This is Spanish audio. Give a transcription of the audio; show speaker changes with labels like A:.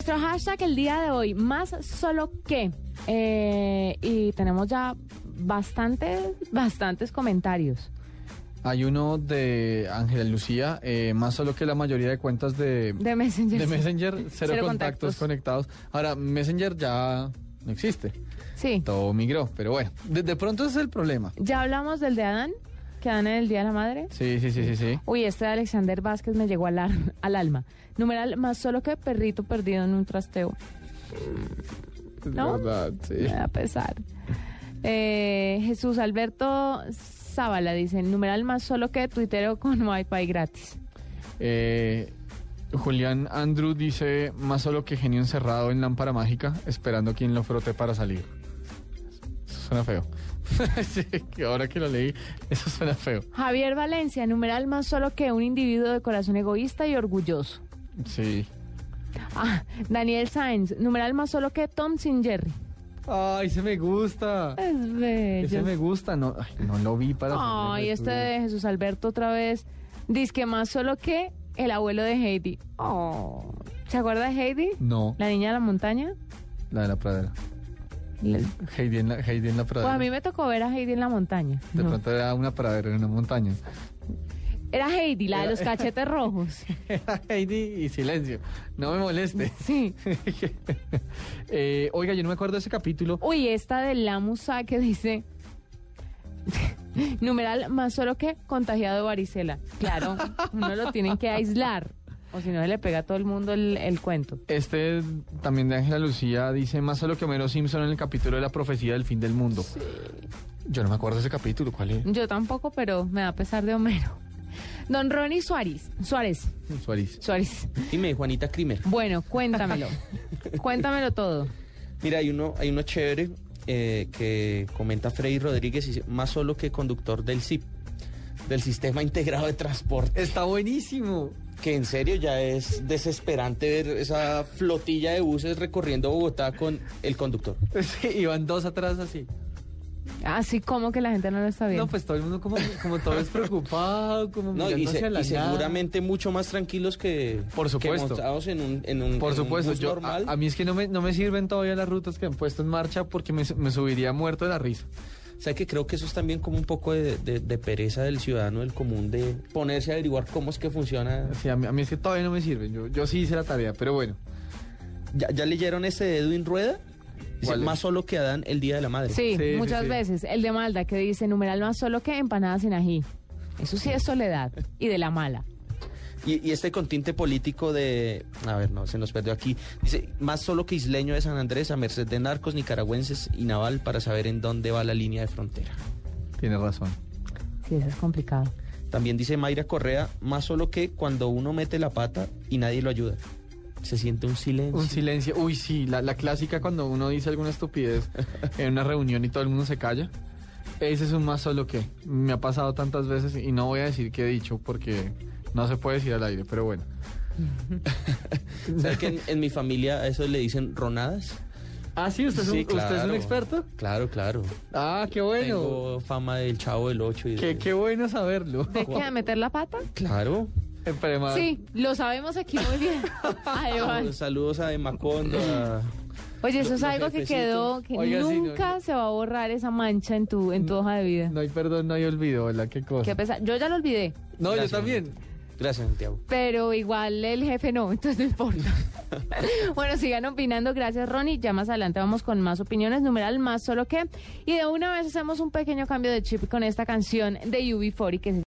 A: Nuestro hashtag el día de hoy, más solo que. Eh, y tenemos ya bastantes, bastantes comentarios.
B: Hay uno de Ángela Lucía, eh, más solo que la mayoría de cuentas de,
A: De Messenger.
B: de Messenger, cero,
A: Cero
B: contactos
A: contactos.
B: conectados. Ahora, Messenger ya no existe,
A: Sí.
B: todo migró, pero bueno, de, de pronto ese es el problema.
A: Ya hablamos del de Adán, que Adán en el Día de la Madre.
B: Sí, sí, sí, sí, sí.
A: Uy, este de Alexander Vázquez me llegó al, ar- al alma. Numeral más solo que perrito perdido en un trasteo.
B: Es
A: ¿No?
B: verdad, sí.
A: Me da pesar. Eh, Jesús Alberto Zavala dice, numeral más solo que tuitero con wifi gratis.
B: Eh, Julián Andrew dice, más solo que genio encerrado en lámpara mágica, esperando quien lo frote para salir. Eso suena feo. sí, que ahora que lo leí, eso suena feo.
A: Javier Valencia, numeral más solo que un individuo de corazón egoísta y orgulloso.
B: Sí.
A: Ah, Daniel Sáenz, numeral más solo que Tom sin Jerry.
B: Ay, se me gusta.
A: Es
B: Ese
A: bello.
B: me gusta, no, ay, no lo vi para...
A: Ay,
B: ponerle
A: este
B: tú.
A: de Jesús Alberto otra vez. Dice que más solo que el abuelo de Heidi. Oh. ¿Se acuerda de Heidi?
B: No,
A: La niña de la montaña.
B: la de la pradera. Heidi en la, Heidi en la
A: Pues
B: pradera.
A: a mí me tocó ver a Heidi en la montaña.
B: De
A: No.
B: pronto era una pradera en una montaña.
A: Era Heidi, la de los cachetes rojos.
B: Era Heidi y silencio. No me moleste.
A: Sí.
B: Eh, oiga, yo no me acuerdo de ese capítulo.
A: Uy, esta de la musa que dice. Numeral más solo que contagiado de varicela. Claro, uno lo tienen que aislar. O si no, se le pega a todo el mundo el, el cuento.
B: Este también de Ángela Lucía dice más solo que Homero Simpson en el capítulo de la profecía del fin del mundo. Yo no me acuerdo de ese capítulo, ¿cuál es?
A: Yo tampoco, pero me da pesar de Homero. Don Ronnie Suárez. Suárez.
B: Suárez.
A: Suárez.
C: Dime, Juanita Krimer.
A: Bueno, cuéntamelo. cuéntamelo todo.
C: Mira, hay uno, hay uno chévere eh, que comenta Freddy Rodríguez, y dice, más solo que conductor del SIP, del Sistema Integrado de Transporte,
B: Está buenísimo.
C: que en serio ya es desesperante ver esa flotilla de buses recorriendo Bogotá con el conductor.
B: Sí, y van dos atrás así.
A: Así como que la gente no lo está viendo.
B: No, pues todo el mundo como, como todo es preocupado, como
C: No, y,
B: mirando
C: se-
B: hacia la
C: y
B: nada.
C: seguramente mucho más tranquilos que,
B: Por
C: que
B: supuesto.
C: montados en un, en un-
B: Por
C: en un
B: supuesto,
C: bus
B: yo, a,
C: normal.
B: a mí es que no me, no me sirven todavía las rutas que han puesto en marcha porque me, me subiría muerto de la risa.
C: O sea que creo que eso es también como un poco de, de- de pereza del ciudadano, del común, de ponerse a averiguar cómo es que funciona.
B: Sí, a, mí, a mí es que todavía no me sirven. Yo, yo sí hice la tarea, pero bueno.
C: ¿Ya, ya leyeron ese de Edwin Rueda? Dice,
B: ¿Cuál es?
C: más solo que Adán el Día de la Madre.
A: Sí,
B: Sí, sí,
A: muchas
B: sí.
A: veces. El de Malda que dice numeral más solo que empanadas sin ají. Eso sí es soledad y de la mala.
C: Y, y este continente político de... A ver, no, se nos perdió aquí. Dice, más solo que isleño de San Andrés, a merced de narcos, nicaragüenses y naval para saber en dónde va la línea de frontera.
B: Tienes razón.
A: Sí, eso es complicado.
C: También dice Mayra Correa, más solo que cuando uno mete la pata y nadie lo ayuda. Se siente un silencio.
B: Un silencio. Uy, sí, la, la clásica cuando uno dice alguna estupidez en una reunión y todo el mundo se calla. Ese es un más solo que me ha pasado tantas veces y no voy a decir qué he dicho porque no se puede decir al aire, pero bueno.
C: ¿Sabe que en, en mi familia a eso le dicen ronadas?
B: Ah, sí, usted es, un,
C: Sí,
B: usted es un
C: claro.
B: experto.
C: Claro, claro.
B: Ah, qué bueno.
C: Tengo fama del chavo del 8 y de-
B: Qué, qué bueno saberlo.
A: ¿De qué? ¿A meter la pata?
C: Claro.
B: Pero más-
A: Sí, lo sabemos aquí muy bien. Ahí van.
C: Saludos- Saludos a Emacondo. a-
A: Oye, eso es
C: Los- los
A: algo que
C: jefecitos.
A: quedó, que
B: Oiga, sí, no,
A: nunca
B: no.
A: se va a borrar esa mancha en tu, en tu hoja de vida.
B: No hay perdón, no hay olvido, ¿verdad? Qué cosa.
A: Qué pesar. Yo ya lo olvidé,
B: no,
C: Gracias,
B: yo también.
C: Juanita. Gracias, Santiago.
A: pero igual el jefe no, entonces no importa. bueno, sigan opinando. Gracias, Ronnie. Ya más adelante vamos con más opiniones. Numeral más solo que. Y de una vez hacemos un pequeño cambio de chip con esta canción de UB40 que se